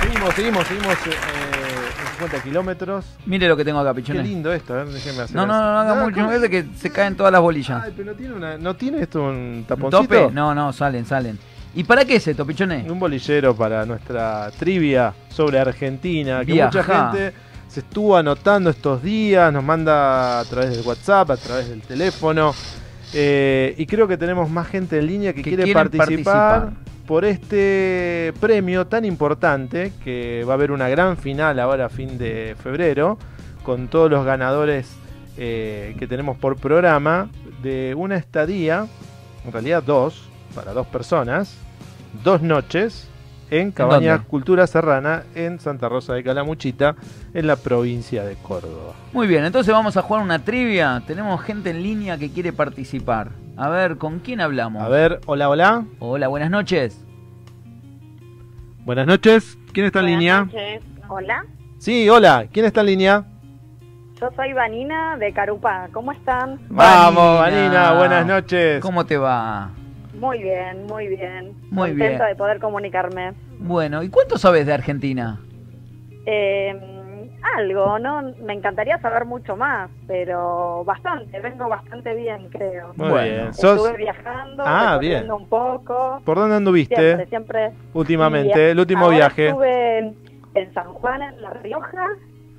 Seguimos, seguimos eh, en 50 kilómetros. Mire lo que tengo acá, Qué pichones. lindo esto, a ver, déjeme hacer No, no, no, no haga Ah, mucho. ¿cómo? Es de que se caen todas las bolillas. Ay, pero tiene una, ¿no tiene esto un ¿Un taponcito? ¿Tope? No, no, salen, salen. ¿Y para qué es esto, pichones? Un bolillero para nuestra trivia sobre Argentina, que Viaja. mucha gente se estuvo anotando estos días, nos manda a través del WhatsApp, a través del teléfono. eh, y creo que tenemos más gente en línea que, Que quiere quieren participar, participar. por este premio tan importante, que va a haber una gran final ahora a fin de febrero, con todos los ganadores eh, que tenemos por programa, de una estadía, en realidad dos, para dos personas, dos noches en Cabañas dónde? Cultura Serrana en Santa Rosa de Calamuchita, en la provincia de Córdoba. Muy bien, entonces vamos a jugar una trivia. Tenemos gente en línea que quiere participar. A ver, ¿con quién hablamos? A ver, hola, hola. Hola, buenas noches. Buenas noches. ¿Quién está en Buenas línea? noches. Hola, Sí, hola. ¿Quién está en línea? yo soy Vanina de Carupá. ¿Cómo están? Vamos, Vanina. Buenas noches. ¿Cómo te va? Muy bien, muy bien. Muy Contenta bien. de poder comunicarme. Bueno, ¿y cuánto sabes de Argentina? Eh, algo, ¿no? Me encantaría saber mucho más, pero bastante, vengo bastante bien, creo. Muy Bueno. bien. ¿Sos... Estuve viajando, Ah, recorriendo un poco. ¿Por dónde anduviste Siempre, siempre. últimamente? Via- El último Ahora viaje. Estuve en, en San Juan, en La Rioja,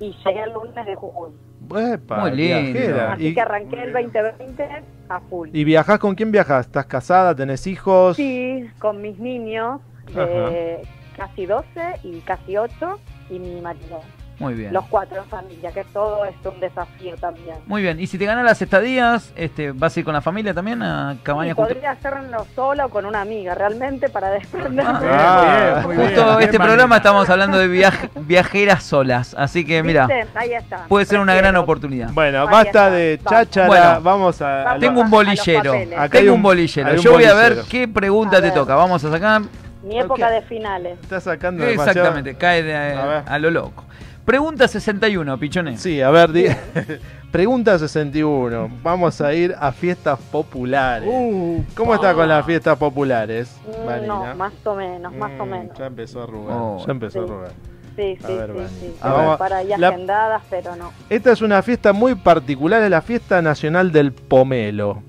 y llegué el lunes de Jujuy. Epa, Muy lindo. viajera. Así Ah, ¿Y, que arranqué el 2020 a full. y viajás con quién viajas? ¿Estás casada? ¿Tenés hijos? Sí, con mis niños de casi 12 y casi 8 y mi marido. Muy bien. Los cuatro en familia, que todo es un desafío también. Muy bien, y si te ganas las estadías, este, ¿vas a ir con la familia también a Y Cabañas Cultu- podría hacerlo sola o con una amiga, realmente, para desprenderme. Ah, Muy bien, Justo bien, este Vanina. programa estamos hablando de viaj- viajeras solas, así que eh, mira, ¿Viste? Ahí está. puede ser una gran Prefiero. oportunidad. Bueno, Ahí basta está, de vamos. cháchara. Bueno, vamos a. vamos Tengo a un los bolillero, papeles. Acá hay tengo un un- bolillero. hay un Yo voy a ver bolillero. qué pregunta A te ver. toca. Vamos a sacar Mi época Ok. de finales. Está sacando demasiado. Exactamente, cae de- eh, A a, ver. lo loco. Pregunta 61, pichones. Sí, a ver, di- pregunta 61. Vamos a ir a fiestas populares. Uh, ¿Cómo está con las fiestas populares, Mm, Vanina? Uh, No, más o menos, más o Mm, menos. Ya empezó a arrugar. Oh. Ya empezó a Sí. arrugar. Sí, sí, A ver, Vani. sí. sí. Ah, A Tengo ver. para ahí La- agendadas, pero no. Esta es una fiesta muy particular, es la fiesta nacional del pomelo.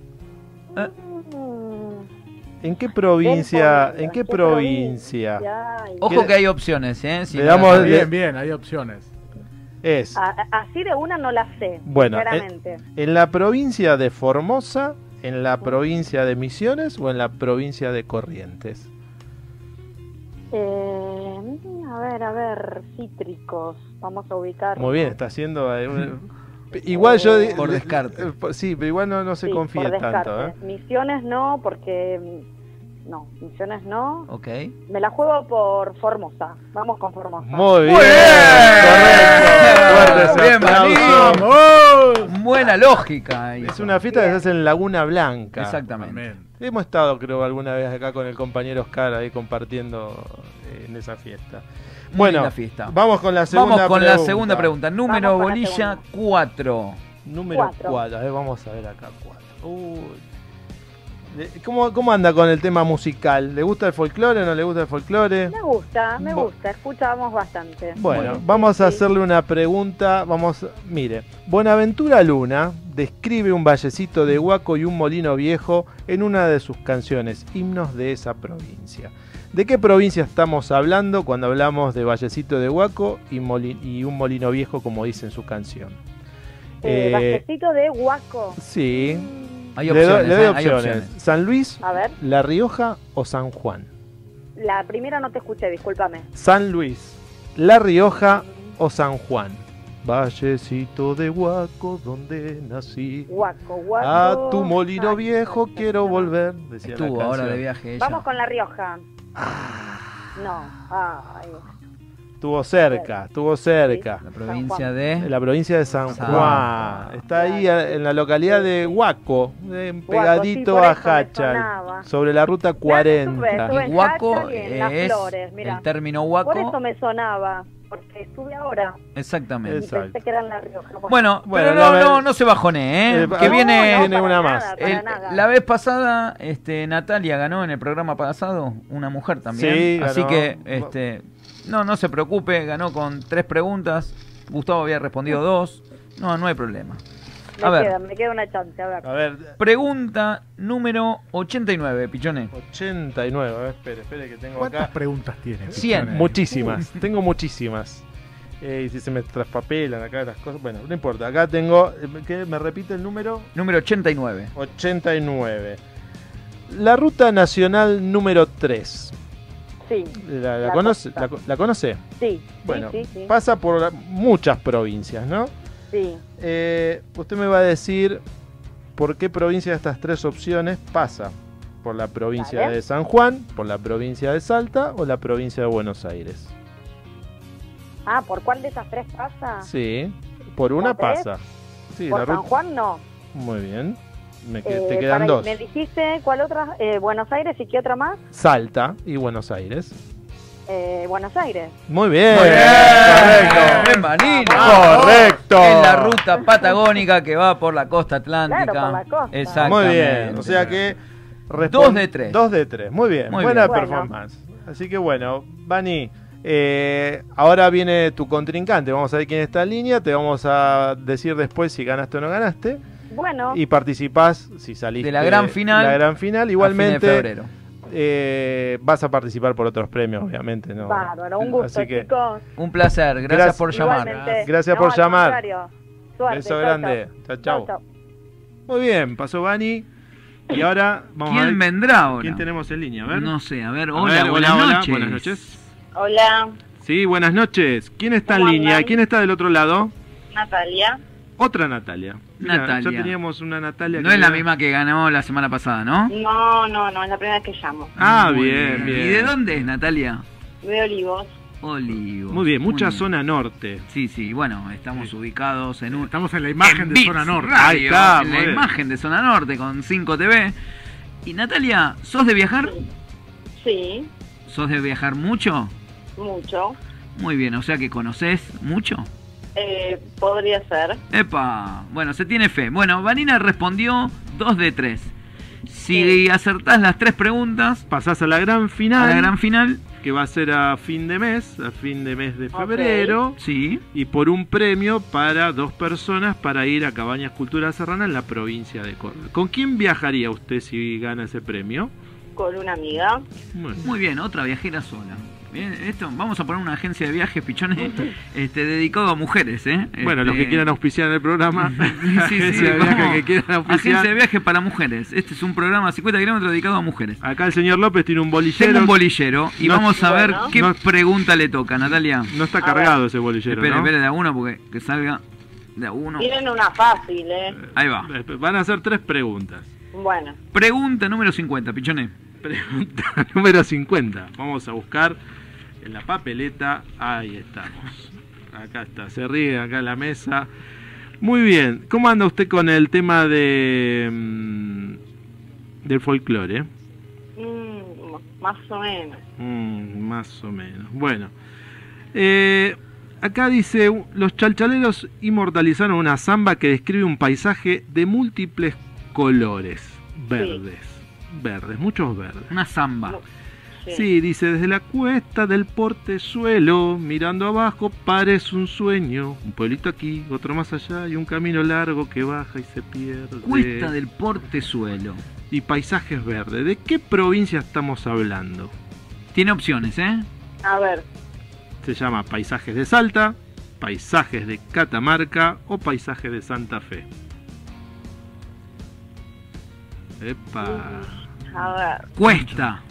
Mm, ¿En qué provincia? pomelo, ¿En qué ¿qué provincia? ya, y- Ojo que hay opciones, ¿eh? Si Le no la damos- sabés. Bien, Bien, bien, hay opciones. Es A- a- así de una no la sé. Bueno, eh, Claramente. en la provincia de Formosa, en la provincia de Misiones o en la provincia de Corrientes. Eh, a ver, a ver, cítricos. Vamos a ubicar. Muy bien, está haciendo. eh, un- Igual yo. di- Por descarte. eh, por- Sí, pero igual no, no se Sí, confíe por tanto. ¿eh? descarte. Misiones no, porque. mm, No, misiones no. Ok. Me la juego por Formosa. Vamos con Formosa. Muy bien. bien. Correcto. Fuerte ese Bien, aplauso. Manín. Buena lógica. ahí. Es una fiesta que se hace en Laguna Blanca. Exactamente. Amén. Hemos estado, creo, alguna vez acá con el compañero Oscar ahí compartiendo eh, en esa fiesta. Muy Bueno, linda fiesta. vamos con la segunda Vamos con pregunta. la segunda pregunta. Número Vamos con la bolilla segunda. 4. Número Cuatro. 4. A ver, vamos a ver acá cuatro. Uy. Le- ¿Cómo, ¿Cómo anda con el tema musical? ¿Le gusta el folclore o no le gusta el folclore? Me gusta, me Bu- gusta. Escuchábamos bastante. Bueno, vamos a sí. hacerle una pregunta. Vamos, mire, Buenaventura Luna describe un vallecito de Huaco y un molino viejo en una de sus canciones, himnos de esa provincia. ¿De qué provincia estamos hablando cuando hablamos de vallecito de Huaco y, moli- y un molino viejo, como dice en su canción? Eh, Eh, Bajecito de Huaco. sí, Hay le, do- opciones. le doy ¿eh? Hay opciones. opciones. San Luis, A ver, La Rioja o San Juan. la primera no te escuché, discúlpame. San Luis, La Rioja o San Juan. Vallecito de Huaco, donde nací. Huaco, Huaco. A Ah, tu molino Ay, viejo no, quiero no. volver. Decía la Estuvo canción. ahora de viaje ella. Vamos con La Rioja. Ah. No, ay. Estuvo cerca, estuvo cerca. La provincia de... En la provincia de San San Juan. Juan. Está ahí eh, en la localidad de Huaco, eh, pegadito por a eso me Hachal, sonaba. sobre la ruta estuve, 40. estuve. en Huaco Hacha y en Las eh, es Flores, mirá. el término Por eso huaco. me sonaba, porque estuve ahora y Exactamente. Exacto. pensé que eran La Rioja. Bueno, Bueno, pero la no, vez- no, no se bajone, ¿eh? Eh, que ah, viene... no, tiene una más. Para el- nada. la vez pasada, este, Natalia ganó en el programa pasado una mujer también. Sí, así ganó. que, este, No, no se preocupe, ganó con tres preguntas. Gustavo había respondido dos. No, no hay problema. Me A queda, ver, me queda una chance, a ver. A ver, pregunta número 89, Pichone. 89, a ver, espere, espere que tengo ¿Cuántas acá. preguntas tiene? Cien. Pichone? Muchísimas, tengo muchísimas. Eh, y si se me traspapelan acá las cosas, bueno, no importa. Acá tengo, que me repite el número Número 89. 89. La ruta nacional número 3. Sí, ¿La, la La conoce? costa. La, co- la conoce? sí, sí, Bueno, sí, sí, pasa por la- muchas provincias, ¿no? sí. Eh, usted me va a decir por qué provincia de estas tres opciones pasa. ¿Por la provincia Dale. de San Juan, por la provincia de Salta o la provincia de Buenos Aires? Ah, ¿por cuál de esas tres pasa? Sí, por una ¿La tres? pasa. Sí, ¿Por la San ruta. Juan no? Muy bien. Me que- Eh, te quedan para- dos. ¿Me dijiste cuál otra? Eh, Buenos Aires y qué otra más? Salta y Buenos Aires. Eh, Buenos Aires. Muy bien. Muy bien. Correcto. Bien, Marina. Correcto. Es la ruta patagónica que va por la costa atlántica. Claro, por la costa. Muy Exactamente. bien. O sea que. respon- Dos de tres. Dos de tres. Muy bien. Muy Buena bien. Bueno. performance. Así que bueno, Bani. eh, ahora viene tu contrincante. Vamos a ver quién está en línea. Te vamos a decir después si ganaste o no ganaste. Bueno, Y participás si saliste De la gran final La gran final. A fines de Igualmente, febrero. eh, vas a participar por otros premios, obviamente. ¿no? bárbaro, un gusto, Así que, chicos. Un placer. Gracias, Gracias. por llamar. Igualmente. Gracias No, por al llamar. contrario. Suerte, beso chau, grande. Chao, chau. chao. Chau, chau. Muy bien, pasó Bani. Y ahora vamos a ver ¿Quién vendrá ahora? quién tenemos en línea. A ver. No sé, a ver, A hola, ver, buenas, hola, hola, noches. buenas noches. Hola, Sí, buenas noches. ¿Quién está en Hola. línea? ¿Quién está del otro lado? Natalia. Otra Natalia. Natalia. Ya teníamos una Natalia. No que es la era- misma que ganó la semana pasada, ¿no? No, no, no, es la primera vez que llamo. Ah, Muy bien, bien. ¿Y de dónde es, Natalia? De Olivos. Olivo. Muy bien, mucha bien. zona norte. Sí, sí, bueno, estamos ubicados en un... Estamos en la imagen en de Bits Zona Norte. Radio, Ahí está, en muy la bien. imagen de Zona Norte con 5 TV. Y Natalia, ¿sos de viajar? Sí, ¿Sos de viajar mucho? mucho. Muy bien, o sea que conoces mucho. Eh, podría ser. Epa, bueno, se tiene fe. Bueno, Vanina respondió 2 de 3. Si Sí. acertás las tres preguntas Pasás a la gran a final, la gran final, que va a ser a fin de mes, a fin de mes de Ok. febrero. sí, Y por un premio para dos personas para ir a Cabañas Cultura Serrana en la provincia de Córdoba. ¿Con quién viajaría usted si gana ese premio? Con una amiga. Bueno. Muy bien, otra viajera sola. Bien, esto, vamos a poner una agencia de viajes, pichones, este, dedicado a mujeres, ¿eh? Bueno, los Este, que quieran auspiciar el programa, Sí, sí, ese vamos. viaje que quieran Agencia de auspiciar. viajes para mujeres. Este es un programa a 50 kilómetros dedicado a mujeres. Acá el señor López tiene un bolillero. Tengo un bolillero y No- vamos a ver Bueno. qué No- pregunta le toca, Natalia. No está A cargado ese bolillero, Espere, ¿no? espere, de a uno porque que salga de a uno. Tienen una fácil, ¿eh? Ahí va. Espe- Van a hacer tres preguntas. Bueno, Pregunta número 50, pichones. Pregunta número 50. Vamos a buscar en la papeleta. Ahí estamos. Acá está, se ríe acá la mesa. Muy bien. ¿Cómo anda usted con el tema de mm, del folclore? mm, más o menos. Mm, más o menos. Bueno. Eh, acá dice, los chalchaleros inmortalizaron una samba que describe un paisaje de múltiples colores. Verdes. Verdes, muchos verdes. Una zamba. Sí. Sí, dice, desde la cuesta del portezuelo, mirando abajo, parece un sueño. Un pueblito aquí, otro más allá, y un camino largo que baja y se pierde. Cuesta del portezuelo. Y paisajes verdes. ¿De qué provincia estamos hablando? Tiene opciones, ¿eh? A ver, Se llama Paisajes de Salta, Paisajes de Catamarca o Paisajes de Santa Fe. Epa. a ver. Cuesta.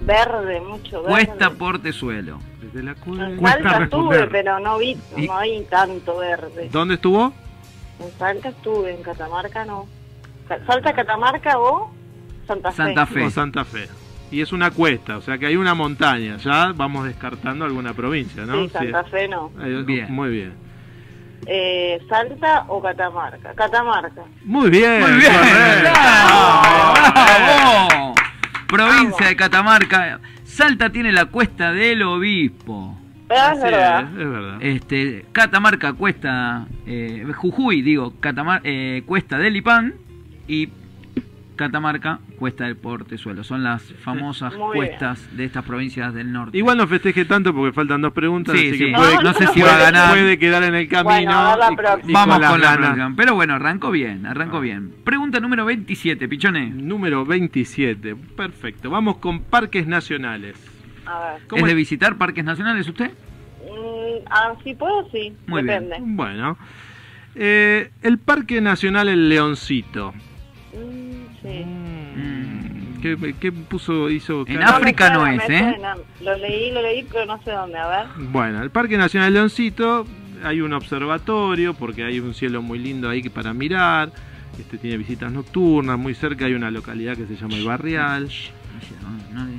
Verde, mucho verde. Cuesta portezuelo. Desde la En cuesta. cuesta Salta estuve, responder. pero no vi, Y- no vi tanto verde. ¿Dónde estuvo? En Salta estuve, en Catamarca no. Ca- Salta, Catamarca o Santa Fe. Santa Fe. o Santa Fe. Y es una cuesta, o sea que hay una montaña. Ya vamos descartando alguna provincia, ¿no? Sí, Santa Fe no. Eh, Bien. Muy bien. Eh, Salta o Catamarca. Catamarca. Muy bien. Muy bien. correcto. ¡Bravo! ¡Bravo! Provincia de Catamarca. Salta tiene la cuesta del obispo. Pero Así es es, verdad. es verdad. Este, Catamarca cuesta eh, Jujuy, digo, Catamar- eh, cuesta del Ipán y Catamarca, Cuesta del Portezuelo. Son las famosas Muy bien. cuestas de estas provincias del norte. Igual no festeje tanto porque faltan dos preguntas, así Sí, Ah, sí. que puede, No sé si va a ganar. puede quedar en el camino. Bueno, a ver la y- y próxima. Vamos con, las la ganas. próxima. Pero bueno, arrancó bien, arrancó bien. Pregunta número 27, Pichones. Número 27, perfecto. Vamos con parques nacionales. A ver. ¿Cómo ¿Es de es? visitar parques nacionales usted? Mm, ah, si puedo, sí. Muy bien. Depende. Bueno, eh, el Parque Nacional El Leoncito. Mm, sí. Mm, ¿Qué, qué puso, hizo? En Carlos? me África no suena, es, me ¿eh? suena. Lo leí, lo leí, pero no sé dónde. A ver. Bueno, el Parque Nacional Leoncito hay un observatorio porque hay un cielo muy lindo ahí que para mirar. Este tiene visitas nocturnas, muy cerca hay una localidad que se llama El Barrial. No, no,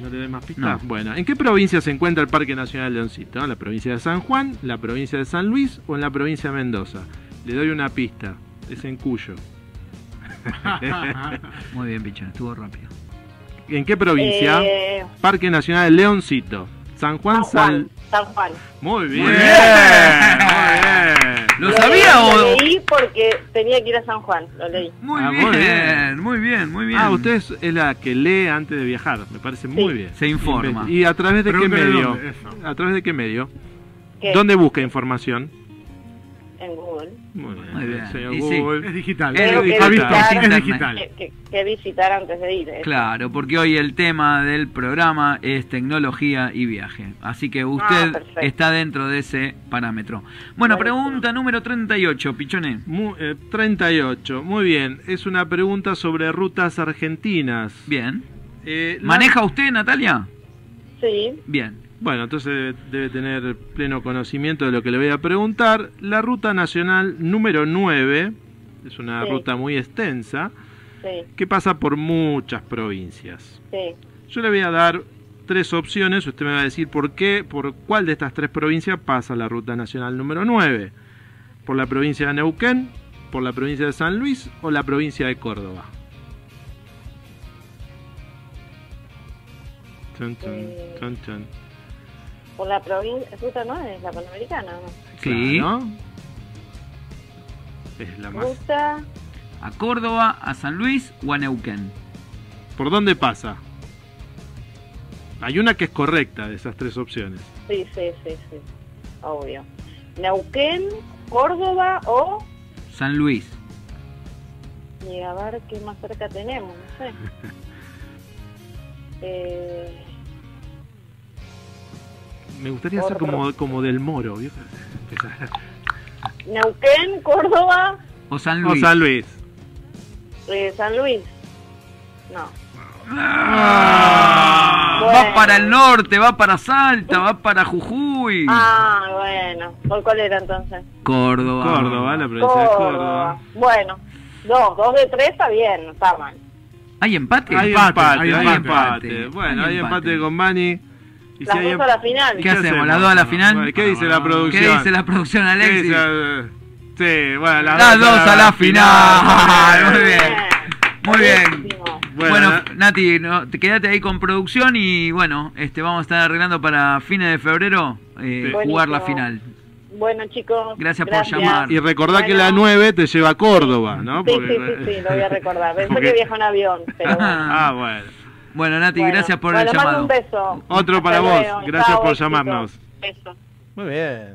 ¿No le doy más pistas? No. Bueno, ¿en qué provincia se encuentra el Parque Nacional Leoncito? ¿En la provincia de San Juan, la provincia de San Luis o en la provincia de Mendoza? Le doy una pista, es en Cuyo. Muy bien, Pichones, estuvo rápido. ¿En qué provincia? Eh, Parque Nacional Leoncito. San Juan, San Juan. San... San Juan. Muy bien. Muy bien. Muy bien. ¿Lo sabía leí, o...? Lo leí porque tenía que ir a San Juan. Lo leí. Muy, Ah, muy bien, bien. muy bien, muy bien. Ah, usted es, es la que lee antes de viajar, me parece muy bien. Se informa. ¿Y a través de qué Pregúntale medio? dónde, eso. ¿A través de qué medio? ¿Qué? ¿Dónde busca información? En Google. Muy bien, Muy bien. señor Y sí. Google. Es digital. Es Creo que digital. digital. Es Que, digital. que- que visitar antes de ir. eh. Claro, porque hoy el tema del programa es tecnología y viaje. Así que usted Ah, perfecto. está dentro de ese parámetro. Bueno, Buenísimo. pregunta número 38, Pichones. Mu- eh, 38, muy bien. Es una pregunta sobre rutas argentinas. Bien. Eh, la- ¿Maneja usted, Natalia? Sí. Bien. Bueno, entonces debe tener pleno conocimiento de lo que le voy a preguntar. La ruta nacional número 9 es una Sí. ruta muy extensa Sí. que pasa por muchas provincias. Sí. Yo le voy a dar tres opciones, usted me va a decir por qué, por cuál de estas tres provincias pasa la ruta nacional número 9. ¿Por la provincia de Neuquén, por la provincia de San Luis o la provincia de Córdoba? Chun, chun, Eh. chun, chun. Por la provincia. Ruta 9 es la panamericana. ¿no? Sí. Claro. Es la más. Ruta. ¿A Córdoba, a San Luis o a Neuquén? ¿Por dónde pasa? Hay una que es correcta de esas tres opciones. Sí, sí, sí, sí. Obvio. Neuquén, Córdoba o. San Luis. Y a ver qué más cerca tenemos, no sé. Eh, Me gustaría ser como, como del moro, ¿vio? Neuquén, Córdoba, O San O Luis. Oh, San Luis. eh, San Luis. No. Ah, Va Bueno. para el norte, va para Salta, va para Jujuy. Ah, bueno. ¿Por cuál era entonces? Córdoba. Córdoba, la provincia de Córdoba. Bueno, dos, dos de tres está bien, no está mal. ¿Hay empate? Hay Empate, empate, hay hay empate. empate. Bueno, hay empate con Mani. Y La si hay em- puso a la final. ¿Qué hacemos? ¿Las dos a la final? Bueno, ¿Qué dice la producción? ¿Qué dice la producción, ¿Qué Alexis? dice la- Sí, bueno, las Las dos a la Ah, final. Muy bien. Muy bien. Buenísimo. Bueno, Bueno, la- Nati, no, te quédate ahí con producción y bueno, este vamos a estar arreglando para fines de febrero eh, Sí. jugar la Buenísimo. final. Bueno, chicos. Gracias por llamar. Y recordá que Bueno. la 9 te lleva a Córdoba, ¿no? Sí, Porque- sí, sí, sí, lo voy a recordar. Pensé Porque- que viajó en avión, pero bueno. Ah, bueno. Bueno, Nati, Bueno, gracias por bueno, el mando llamado. Un beso. Otro para Hasta vos. luego. Gracias Chao, por éxito. llamarnos. Beso. Muy bien.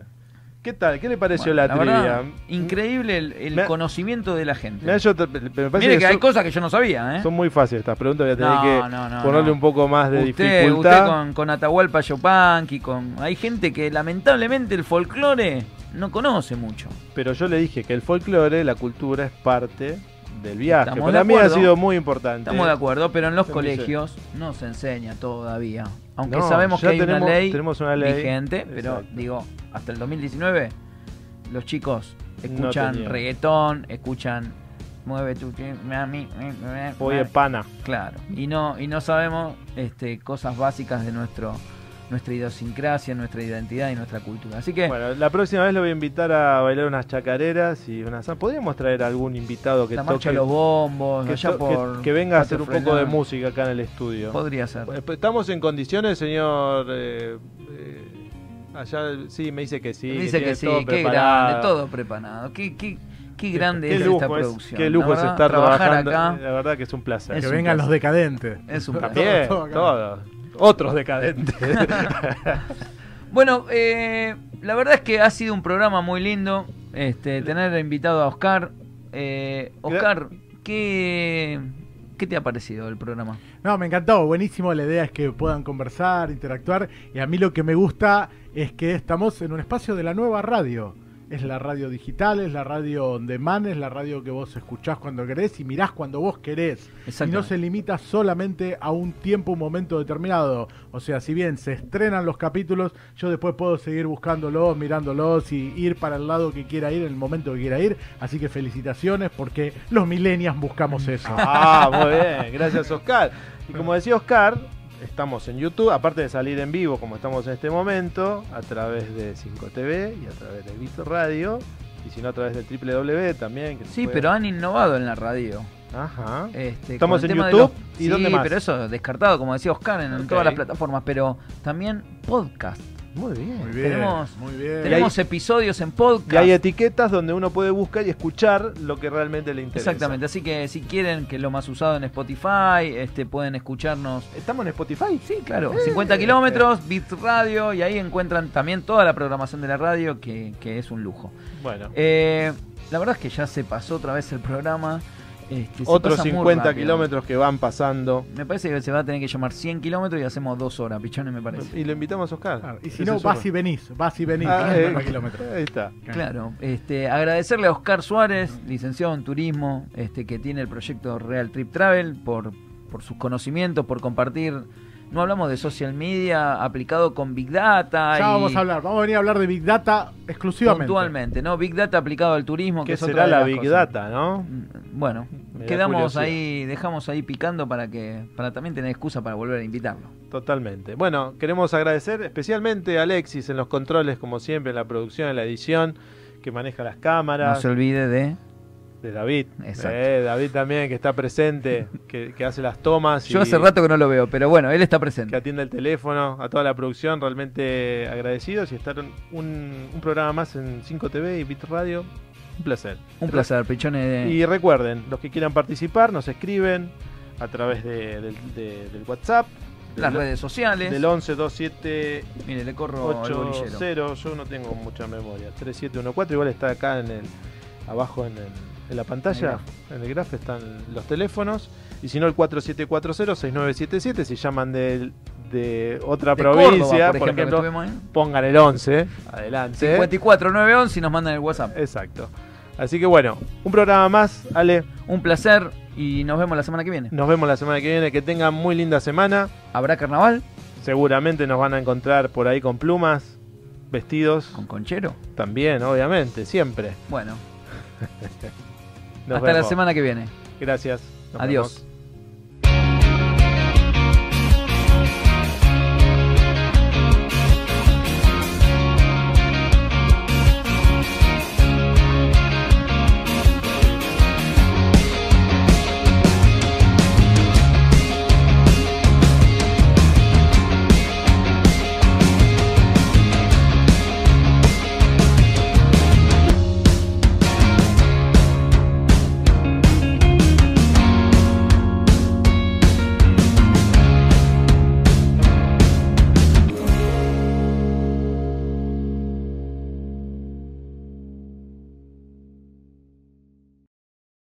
¿Qué tal? ¿Qué le pareció Bueno, la, verdad, trivia? increíble el, el Me- conocimiento de la Me ha gente. hecho- pero me parece Mire que que hay son, cosas que yo no sabía, ¿eh? son muy fáciles estas preguntas. Voy a tener No, que no, no, ponerle no. un poco más de usted, dificultad. usted con, con Atahualpa Yupanqui, con hay gente que lamentablemente el folclore no conoce mucho. Pero yo le dije que el folclore, la cultura, es parte del viaje. Estamos Para de mí ha acuerdo. sido muy importante. Estamos de acuerdo, pero en los Sí, colegios no se enseña todavía. Aunque No, sabemos que ya hay una tenemos- ley tenemos una ley. vigente, pero Exacto. digo, hasta el 2019 los chicos No escuchan tenían. reggaetón, escuchan mueve tu pie, mami, mami, mami". Oye, pana. Claro, y no, y no sabemos este, cosas básicas de nuestro, nuestra idiosincrasia, nuestra identidad y nuestra cultura. Así Eh. que Bueno, la próxima vez lo voy a invitar a bailar unas chacareras y unas... Podríamos traer algún invitado que la marcha toque... de los bombos, que, allá to- que- por que venga a hacer Patio un poco de Frenán. música acá en el estudio. Eh, pues, Podría ser. Pues, ¿Estamos en condiciones, señor? eh, eh, allá, sí, me dice que sí. Dice que tiene sí, todo qué preparado. grande, todo preparado. Qué, qué, Qué grande es esta lujo es- producción. qué lujo La es verdad, estar trabajando. acá. La verdad que es un placer. Es que un vengan placer. los decadentes. Es un placer. También, todo acá. todo. Otros decadentes. Bueno, eh, la verdad es que ha sido un programa muy lindo. Este, tener invitado a Oscar. Eh, Oscar, ¿qué, ¿qué te ha parecido el programa? No, me encantó, buenísimo. La idea es que puedan conversar, interactuar. Y a mí lo que me gusta es que estamos en un espacio de la nueva radio. Es la radio digital, es la radio on demand, es la radio que vos escuchás cuando querés y mirás cuando vos querés. Y no se limita solamente a un tiempo, un momento determinado. O sea, si bien se estrenan los capítulos, yo después puedo seguir buscándolos, mirándolos y ir para el lado que quiera ir en el momento que quiera ir. Así que felicitaciones porque los millennials buscamos eso. Ah, muy bien, gracias Oscar. Y como decía Oscar, estamos en YouTube, aparte de salir en vivo como estamos en este momento, a través de 5TV y a través de Bit Radio, y si no a través de www también. que se Sí, puede- pero han innovado en la radio. Ajá. Este, Estamos con el en tema de YouTube, los- ¿y sí, dónde más? pero eso descartado, como decía Oscar, en Ok. todas las plataformas. Pero también podcast. Muy bien. Muy bien, Tenemos- muy bien. Tenemos episodios en podcast. Y hay etiquetas donde uno puede buscar y escuchar lo que realmente le interesa. Exactamente, así que si quieren que lo más usado en Spotify, este pueden escucharnos ¿Estamos en Spotify? Sí, Claro, 50 kilómetros, Bit Radio, y ahí encuentran también toda la programación de la radio, que, que es un lujo. Bueno, Eh, la verdad es que ya se pasó otra vez el programa. este, se otros pasa muy 50 rápido. kilómetros que van pasando. Me parece que se va a tener que llamar 100 kilómetros y hacemos dos horas, pichones, me parece. Y lo invitamos a Oscar. Claro, Ah, Y si Ese no, es vas otro. y venís, vas y venís, Ah, 50 eh, kilómetros. Ahí está. Claro, este, agradecerle a Oscar Suárez, licenciado en turismo, este, que tiene el proyecto Real Trip Travel, por, por sus conocimientos, por compartir. No hablamos de social media aplicado con Big Data. Ya y- vamos a hablar, vamos a venir a hablar de Big Data exclusivamente. Puntualmente, ¿no? Big Data aplicado al turismo. que ¿Qué es otra será de la las Big cosas. Data, no? Mm, Bueno, Me da quedamos curiosidad. ahí, dejamos ahí picando para que para también tener excusa para volver a invitarlo. Totalmente. Bueno, queremos agradecer especialmente a Alexis en los controles, como siempre, en la producción, en la edición, que maneja las No cámaras, se olvide de... de David. Exacto. Eh, David también, que está presente, que, que hace las tomas. Yo y hace rato que no lo veo, pero bueno, él está Que presente. atiende el teléfono, a toda la producción, realmente agradecidos y estar un, un programa más en 5TV y Bit Radio. Un placer. Un placer, pichones. de- Y recuerden, los que quieran participar, nos escriben a través de- del- de- del WhatsApp. Las del- redes sociales. Del 1127 Mire, le corro el bolillero. 80, yo no tengo mucha memoria. 3714, igual está acá en el abajo en, el- en la pantalla, en el graph están los teléfonos. Y si no, el 4740-6977, si llaman del- de, otra De Córdoba, provincia, por, que ejemplo, estuvimos ahí. pongan el 11, adelante. 54 911 y nos mandan el WhatsApp. Exacto. Así que bueno, un programa más, Ale. Un placer y nos vemos la semana que viene. Nos vemos la semana que viene. Que tengan muy linda semana. ¿Habrá carnaval? Seguramente nos van a encontrar por ahí con plumas, vestidos, ¿Con conchero? también, obviamente, siempre. Bueno, Nos hasta la vemos. semana que viene. Gracias. Nos Adiós. vemos.